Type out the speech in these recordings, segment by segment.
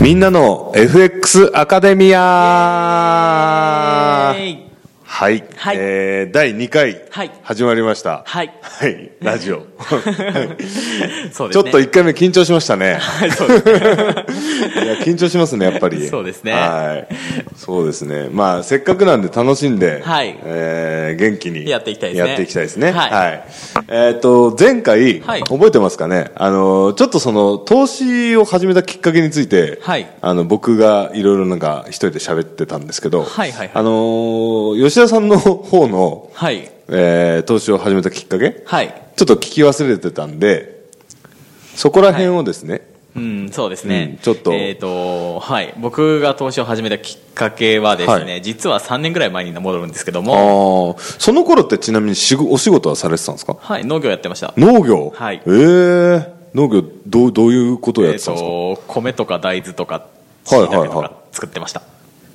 みんなの FX アカデミアイエーイはい、はいえー第2回はい始まりましたはいはいラジ オそうでちょっすねと1回目緊張しましたねはいそう ですねいや緊張しますねやっぱりそうですねはいそうですねまあせっかくなんで楽しんで、はいえー元気にやっていきたいですねやっていきたいですねはいえっ、と前回、はい覚えてますかねあのちょっとその投資を始めたきっかけについて、はいあの僕がいろいろなんか一人で喋ってたんですけど、はいはいはいあのー吉田さんの方の、はいえー投資を始めたきっかけはいちょっと聞き忘れてたんでそこら辺をですね、うんそうですね、うんちょっとえっ、とはい僕が投資を始めたきっかけはですね、は実は3年ぐらい前に戻るんですけどもああ、その頃ってちなみにしごお仕事はされてたんですかはい農業やってました農業はいええ農業どう、どういうことをやえっってたんですか、と米とか大豆とかはい椎はいはい茸とか作ってました、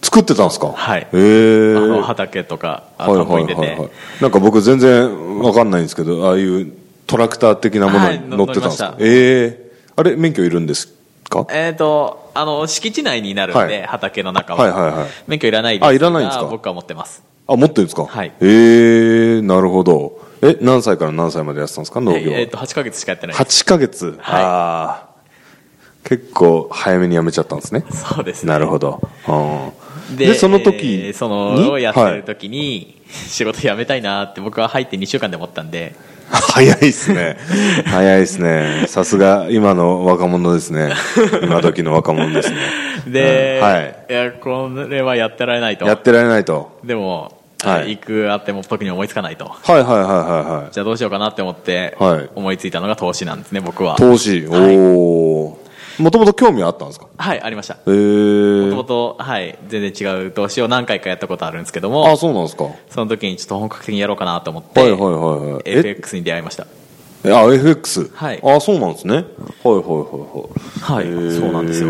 作ってたんですかはいええあのは畑とかあい田はんぼいに出て、はいはい。なんか僕全然わかんないんですけど、ああいうトラクター的なものはいに乗ってたんですか、乗りましえたえあれ、免許いるんですかえー、とあの敷地内になるんで、はい畑の中は,、はいはいはい免許いらないですがあいらないんですか僕は持ってますあ、持ってるんですかはいええなるほど。え、何歳から何歳までやってたんですか農え業は。ー、えーと8ヶ月しかやってないです8ヶ月、はいあー結構早めに辞めちゃったんですねそうですねなるほど、うんでその時えにーそのやってるはい時に、仕事辞めたいなって僕は入って2週間で思ったんで 早いですね早いですねさすが今の若者ですね今時の若者ですね で、うんはいい、やこれはやってられないとやってられないとでも、はい行くあっても特に思いつかないとはいはいはいはいはいじゃあどうしようかなって思って、はい思いついたのが投資なんですね僕は投資、おおもともと興味はあったんですかはいありましたえもとー、もとはい全然違う投資を何回かやったことあるんですけどもあそうなんですかはその時にちょっと本格的にやろうかなと思っいて、はいはいはいえ FX に出会いましたえあ、FX。はいあ、そうなんですね。はいはいはいは。はいいへーそうなんですよ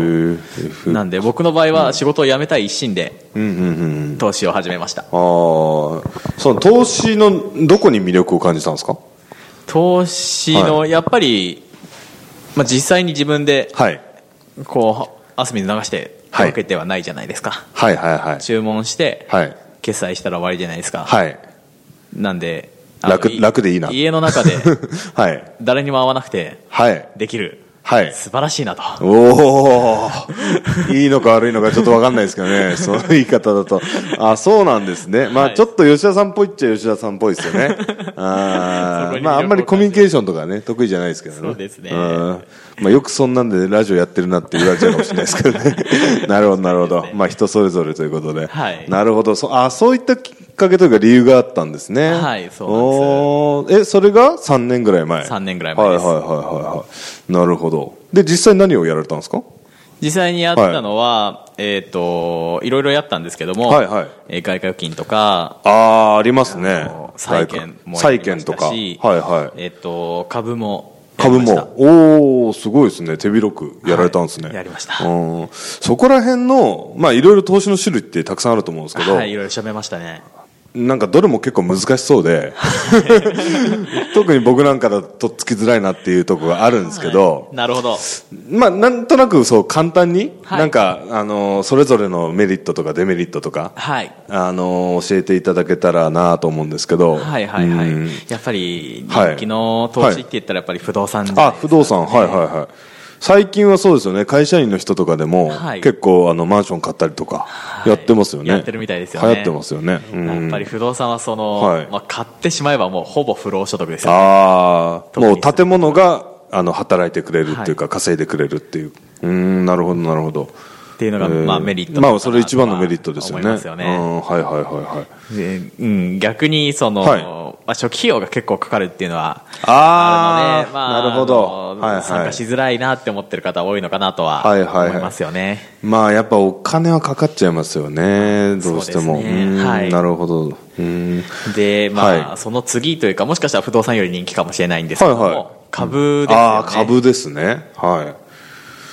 F なんで僕の場合は仕事を辞めたい一心でうんうんうん。投資を始めましたああ、その投資のどこに魅力を感じたんですか投資のやっぱり、まあ、実際に自分ではい。こう汗水流してってはいわけではないじゃないですか、はいはいはい。注文してはい。決済したら終わりじゃないですか、はい。 なんであの楽い楽でいいな家の中で はい。誰にも会わなくてはい。できるはい。素晴らしいなとおおいいのか悪いのかちょっと分かんないですけど ね、その言い方だと。あ、そうなんですね。まあ、はいちょっと吉田さんっぽいっちゃ吉田さんっぽいですよね。あそこーにまあ、あんまり魅力を感じるコミュニケーションとかね、得意じゃないですけどね。そうですねんまあ、よくそんなんでラジオやってるなって言われちゃうかもしれないですけど ね。なるほど、なるほど。まあ、人それぞれということで。はいなるほど。そあ、そういったきっかけというか理由があったんですね。はいそうなんですおーえ、それが3年ぐらい前3年ぐらい前ですはいはいはいはいはい。なるほど。で、実際何をやられたんですか実際にやったのは、えっ、といろいろやったんですけども、はいはいえー外貨預金とかああ、ありますね債券もや債りま券しとか。たはしいはい。えっ、と株もやり株ましたも。おおすごいですね。手広くやられたんですね。はいやりましたうんそこら辺の、まあいろいろ投資の種類ってたくさんあると思うんですけど、はいいろいろ喋りましたねなんかどれも結構難しそう で、特に僕なんかだとつきづらいなっていうところがあるんですけど、なるほどまあ、なんとなくそう簡単に、はいなんか、あのーそれぞれのメリットとかデメリットとか、はいあのー教えていただけたらなと思うんですけど。はいはいはいうんやっぱりはい人気の投資って言ったらやっぱり不動産じゃないあ、ですか不動産、はいはいはい。最近はそうですよね。会社員の人とかでも、はい結構あのマンション買ったりとか、いやってますよね。やってるみたいですよね流行ってますよね。うんやっぱり不動産はその、はいまあ、買ってしまえばもうほぼ不労所得ですよねああ、特にもう建物が、あの、働いてくれるっていうか、稼いでくれるっていう。うーん、なるほど、なるほど。っていうのが、えーまあ、メリットなのかなまあ、それ一番のメリットですよね。とは思いますようねん、はいはいはいはい。でうん、逆にその、はいまあ、初期費用が結構かかるっていうのはあーあるので、まあ、なるほどあのはいはい参加しづらいなって思ってる方多いのかなとははいはいはい思いますよね、まあやっぱお金はかかっちゃいますよね、どうしても。そうですねうんはいなるほど。うんで、まあはいその次というかもしかしたら不動産より人気かもしれないんですけども、はいはい株ですよねああ、株ですね。はい。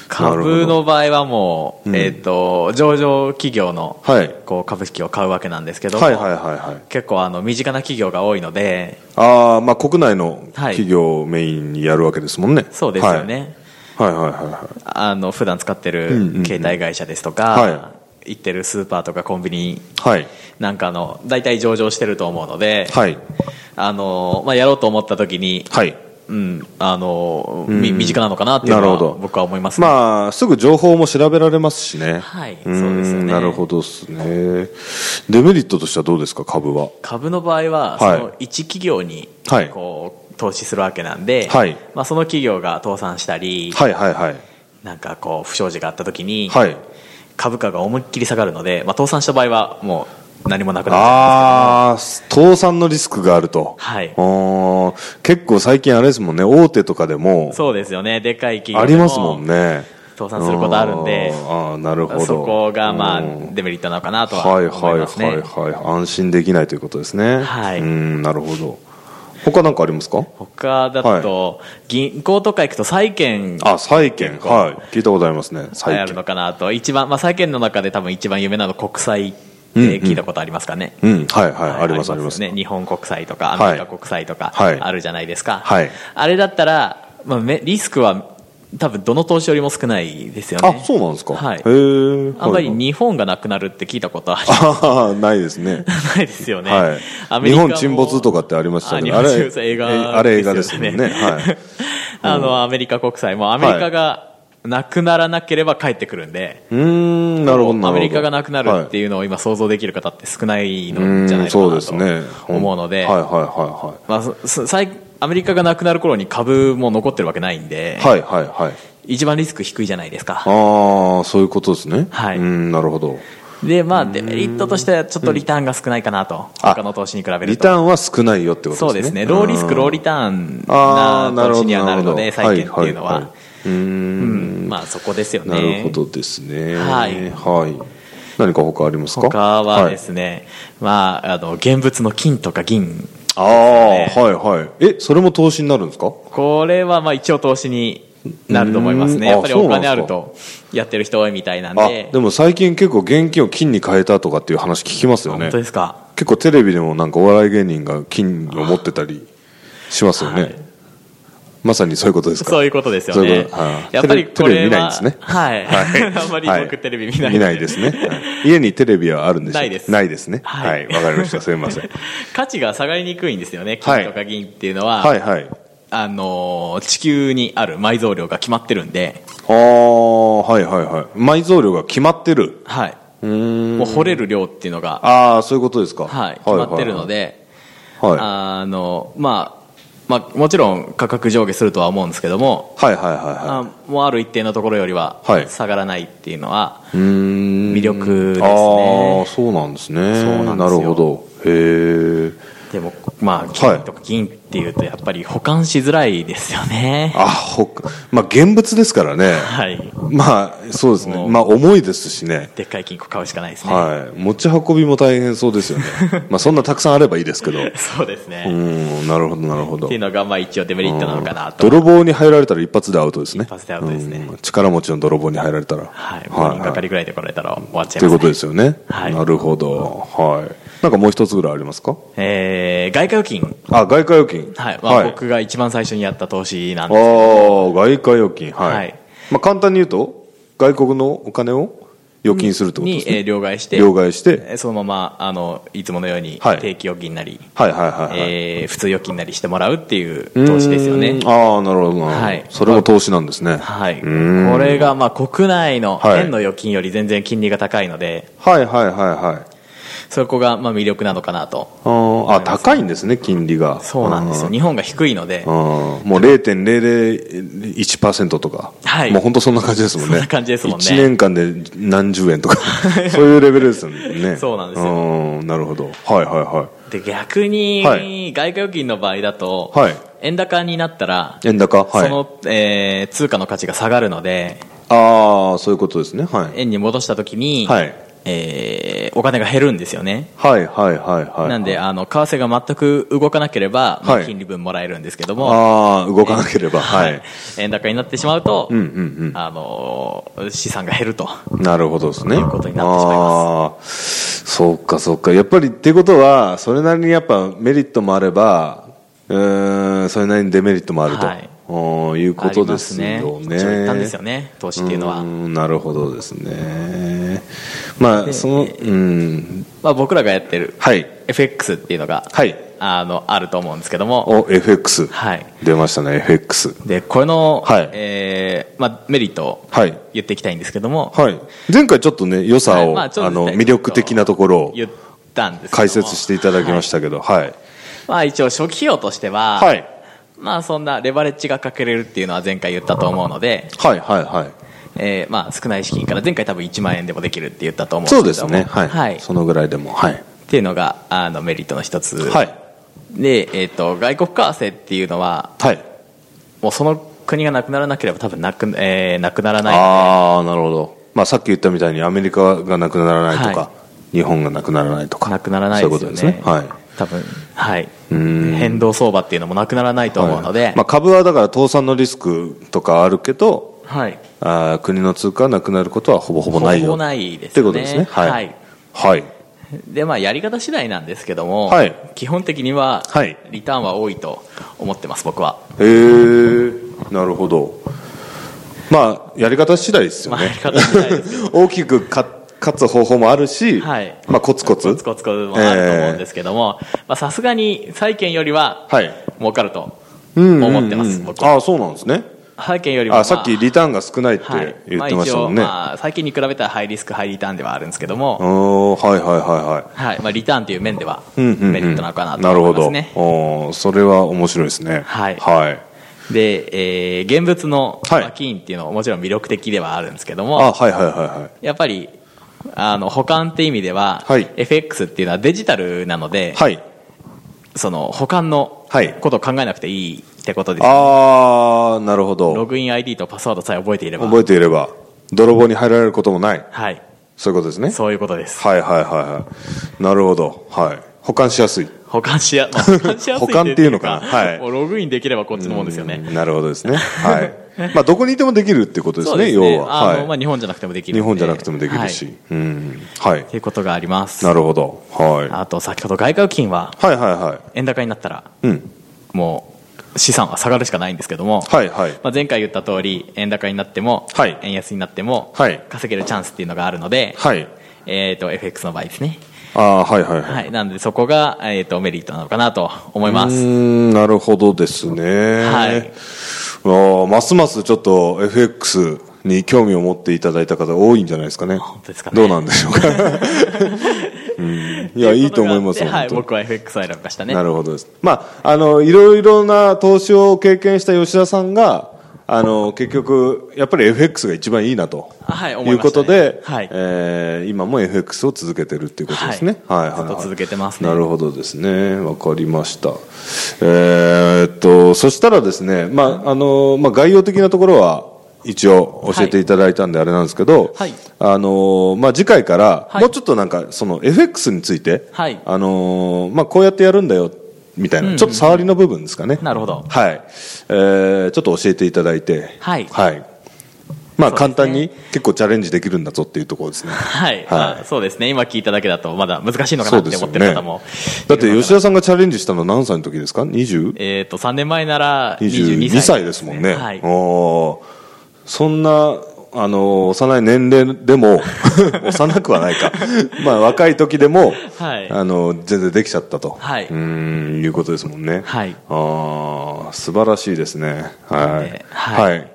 株の場合はもう、うんえっ、と、上場企業の、はいこう株式を買うわけなんですけども、はいはいはいはい。結構あの、身近な企業が多いので、ああ、まあ国内のはい企業をメインにやるわけですもんね。そうですよね。はい。はいはいはいはい。あの、普段使ってうんうんうるん携帯会社ですとはか、行ってるスーパーとかコンビニはい。なんかの、大体上場してると思うので、はい。あの、まあ、やろうと思った時に、はい。うん、あの、んみ身近なのかなっていうなのるほはど僕は思いますね、まあ、すぐ情報も調べられますしね。はいんそうですよねなるほどですね。デメリットとしてはどうですか、株は。株の場合はは、いその一企業にはいこう投資するわけなんで、はいまあ、その企業が倒産したり、はいはいはい。なんかこう不祥事があった時に、はい。株価が思いっきり下がるので、まあ、倒産した場合はもう何もなくなるああ、倒産のリスクがあると。はいあー結構最近あれですもんね、大手とかでも、そうですよねでかい企あ業りでますもんね。倒産することあるんであーあー、なるほど。そこがまあうんデメリットなのかなとははいは思いいはますね、いはい。安心できないということですね。はいうん、なるほど。他なんかありますか他だと銀行とか行くと債券あ、債券。はい。聞いたことありますね。流行債る券。のかなと一番、まあ、債券の中で多分一番有名なの国債って聞いたことありますかね、うん、はいはい。はいありますあります。よね日本国債とかアはいメリカ国債とかはいあるじゃないですか、はいあれだったら、まあ、めリスクは多分どの投資よりも少ないですよねあ、そうなんですか。はいへえ。あんまりはい日本がなくなるって聞いたことあり ああ、ないです ね。ないですよね、はいア。メ日リカも本沈没とかってありましたけど、ああ日本れ沈、没映画えあれ映画ですもん ね。ですよねはい。あのアメリカ国債もアメリカがなくならなければ帰ってくるんで、うーん、なるほどなるほど。アメリカがなくなるっていいうのを今想像できる方って少ないはのじゃないそのうかなですね。と思うので、はいはいはまあそそ最アメリカがなくなる頃に株も残ってるわけないんで、いはい。はいはいはい。一番リスク低いじゃないですか。ああ、そういうことですね。はいうーん、なるほど。で、まあ、デメリットとしてはちょっとリターンが少ないかなと。うん他の投資に比べるリと。ターンは少ないよってことですね。そうですね。ローリスク、ローリタターンな投資にはなるので、債券っていうのーは。。んなるほどなるうほどはいはいはいん、まあそこですようーん。なね。るほどですね。はいはい。何か他ありますか他はでいすね、まあ、あの、現物の金とか銀。ああ、はいはい。え、それも投資になるんですかこれはまあ一応投資になると思いますね。うんやっぱりあそおうなんで金すかあるとやってる人多いみたいなんあ、で。でも最近結構現金を金に変えたとかっていう話聞きますよ本ね当。ですか。結構テレビでもなんかお笑い芸人が金を持ってたり しますよね。はいまさにそういうことですか そういうことですよそういねうことはい。やっぱりこテレれビ見ないんは、ですねはい。 あんまりはい僕テレビ見ない。見ない ですね。はい家にテレビはあるんでしょうかないですないですね。ははいい。わかりました。すみません。 価値が下がりにくいんですよね。はい金とか銀っていうのは、はいはい。あのー、地球にある埋蔵量が決まってるんで、ああ、はいはいはい。埋蔵量が決まってる。はい。うーん。もう掘れる量っていうのが、ああ、そういうことですか。はい、決まってるの。で、はい。はあの、まあ、まあ、もちろん価格上下するとは思うんですけども、いはいはいはあもうある一定のところよりははい下がらないっていうのは、い。うーん魅力ですあねあ、そうなんですね。そうなんですよるほど。へえ。でも、まあ、金とか銀っていうとやっぱり保管しづらいですよね。あ、ほか、まあ現物ですからね。はい。まあ、そうですもね。うまあ重いですしね。でっかい金庫買うしかないですね。はい。持ち運びも大変そうですよね。まあそんなたくさんあればいい ですけど。うそうですね。っーん、なるほど、なるほどてい。うのが、まあ一応デメリットなのかなと。泥棒に入られたら一発でアウトですね。一発でアウトですねうん力持ちの泥棒に入られたら。はい。5人がかりぐらいで来られたら終わっちゃいといまうこす、ね。とですよね。はいなるほど。はい。なんかもう一つぐらいありますかえー、外貨預金。あ、外貨預金。はい。まあ、僕が一番最初にやった投資あなんあでー、外貨預金。はい。はいまあ簡単に言うと、外国のお金を預金するっす。てことでにす、ね。えー両替して、両替して。えーそのまま、あの、いつものように、はい定期預金なり、はいはいはいはい。えー普通預金なりしてもらうっていう投資ですようねーん。ああ、なるほどなるほど。はいそれも投資なんですね。はい。こうーんれが、まあ、国内のはい円の預金より全然金利が高いので、はいはいはいはい。そこが、まあ、魅力なのかなと。あーあ、高いんですね、金利が。そうなんですよ。日本が低いのであー。、あーもう0.001%とか。はいもう本当そんな感じですもんね。そんな感じですもんね1年間で何十円 とか、そういうレベルですよね。そうなんですよよ。なるほど。はいはいはで逆に、は外貨預金の場合だと、はい円高になったら、い。円高はい。その、えー通貨の価値が下がるのでああ、そういうことですね。はい。円に戻した時に、はいえーお金が減るんですよね。はいはいはいはい。なんで、あの、為替が全く動かなければ、まあはい金利分もらえるんですけども、ああ、動かなければ、ははいい。、円高になってしまうと、うんうんあのー資産が減ると。なるほどですね。ということになってしまいます。そうかそうか。やっぱりっていうことは、それなりにやっぱメリットもあれば、うーん、それなりにデメリットもあると。はいおーいうことですありよますね。そう言ったんですよね、投資っていうのは。ーんなるほどですね。まあ、その、うん、まあ、僕らがやってる、はい。 FX っていうのが、はいあの、あると思うんですけども、お、FX。はい。出ましたね、FX。で、これの、はいえーまあ、メリットをはい言っていきたいんですけども、はい。前回ちょっとね、良さはいを、まああちょっとの、ね魅力的なところを言ったんですけども解説していただきましたけど、はい。まあ一応初期費用としては、はいまあそんなレバレッジがかけれるっていうのは前回言ったと思うので、はい、はい、はい。えーまあ少ない資金から前回多分1万円でもできるって言ったと思そううんでですすけどもね、はい、はい。っそのぐらいでも、はい、ていうのがあのメリットの一つ。はい、で、えっ、と、外国為替っていうのは、はい、もうその国がなくならなければ多分なく、えーなくならない。ああ、なるほど、まあ、さっき言ったみたいに、アメリカがなくならないとか、は日本がなくならないとか、なくならないですよね。そういうことですね、はい多分、はい。ん変動相場っていうのもなくならないと思うので、はいまあ、株はだから倒産のリスクとかあるけど、はい。あー国の通貨なくなることはほぼほぼないよほぼないですねってことですね、ははいい、はい、でまあやり方次第なんですけども、はい基本的にははいリターンは多いと思ってます僕は、へえ、なるほど、まあ、やり方次第ですよまあ、ねやり。方次第ですけ ど大きくか勝つ方法もあるし、はいまあ、コツコツコツコツコツもあると思うんですけどもまあさすがに債券よりははい儲かるとうんうんうん思ってます、僕はああそうなんですね債券よりも、まあさっきリターンが少ないってはい言ってましたもんね、まあ、一応、まあ、債券に比べたらハイリスクハイリターンではあるんですけども、おーはいはいはいはいはいまあ、リターンという面ではうんうんうんメリットなのかなとなる思ほいまどすね、おーそれは面白いですねはいはい、で、えー現物のはいまあ金っていうのももちろん魅力的ではあるんですけども、あはいはいはいはいやっぱり、あの、保管って意味では、はい FX っていうのはデジタルなので、はいその、保管のはいことを考えなくていいってことです。ああなるほロどグイン ID とパスワードさえ覚えていれば。覚えていれば泥棒に入られることもないはい。そういうことですねそういうことです。はいはいはいはいなるほどはい保管しやすい保管しや、まあ、保管しやす 保い管っていうのかなはいもうログインできればこっちのもんですよね。うんなるほど ですねはいまあどこにいてもできるってことですね要はあはの、いまあ、日本じゃなくてもできるんで。日本じゃなくてもできるし、はいうんはいっていうことがあります。なるほど、はい、はあと、先ほど外貨預金はいはいは円高になったら、いうんもう、資産は下がるしかないんですけども、はいはいまあ、前回言った通り円高になっても、はい円安になっても、はい稼げるチャンスっていうのがあるので、はいえー、と FX の場合ですね、ああはいはいはいはい、なのでそこが、えー、とメリットなのかなと思いうまーすんなるほどですねはいあーますますちょっと FX に興味を持っていただいた方多いんじゃないですかね当ですかねどうなんでしょう か、うん、いやいいと思いますとう本ことがあって当はい、に僕は FX を選びましたねなるほどです。まあ、あの、いろいろな投資を経験した吉田さんが、あの、結局、やっぱり FX が一番いいなと。あはい思いいうましたねことで、はいえー今も FX を続けてるっていうことですね。ははいい、はいはいずっと続けてますねなるほどですね。わかりました。えーっと、そしたらですね、まあ、あの、まあ、概要的なところは、一応教えていただいたんであれなんですけど、はいあのまあ、次回から、はいもうちょっとなんか、その FX について、はいあのーまあ、こうやってやるんだよみたいな、ちょっと触りの部分ですかね、なるほどはいえーちょっと教えていただいて、はいまそうですあ、ね簡単に結構チャレンジできるんだぞっていうところ ですね。はい、まあそうですね今聞いただけだとまだ難しいのかそなうっでてすよ思ってねる方もだって吉田さんがチャレンジしたのは何歳の時ですか ?20?22 えー、と3年前なら22 22歳歳ですもんね、はい、おーそんなあの幼い年齢で も幼くはないか、まあ、若い時でも、はいあの全然できちゃったと、はいうーんいうことですもんね、はいあー素晴らしいですねはいではいはい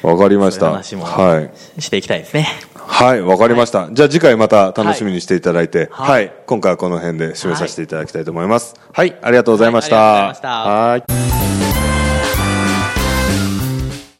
わ、かりましそういたう話もはいしていきたいですねはい、わかりました。じゃあ次回また楽しみにしていただいて、は、はいい今回はこの辺で締めさせていただきたいと思います。はい、ありがとうございました。はいありがとうございましたはい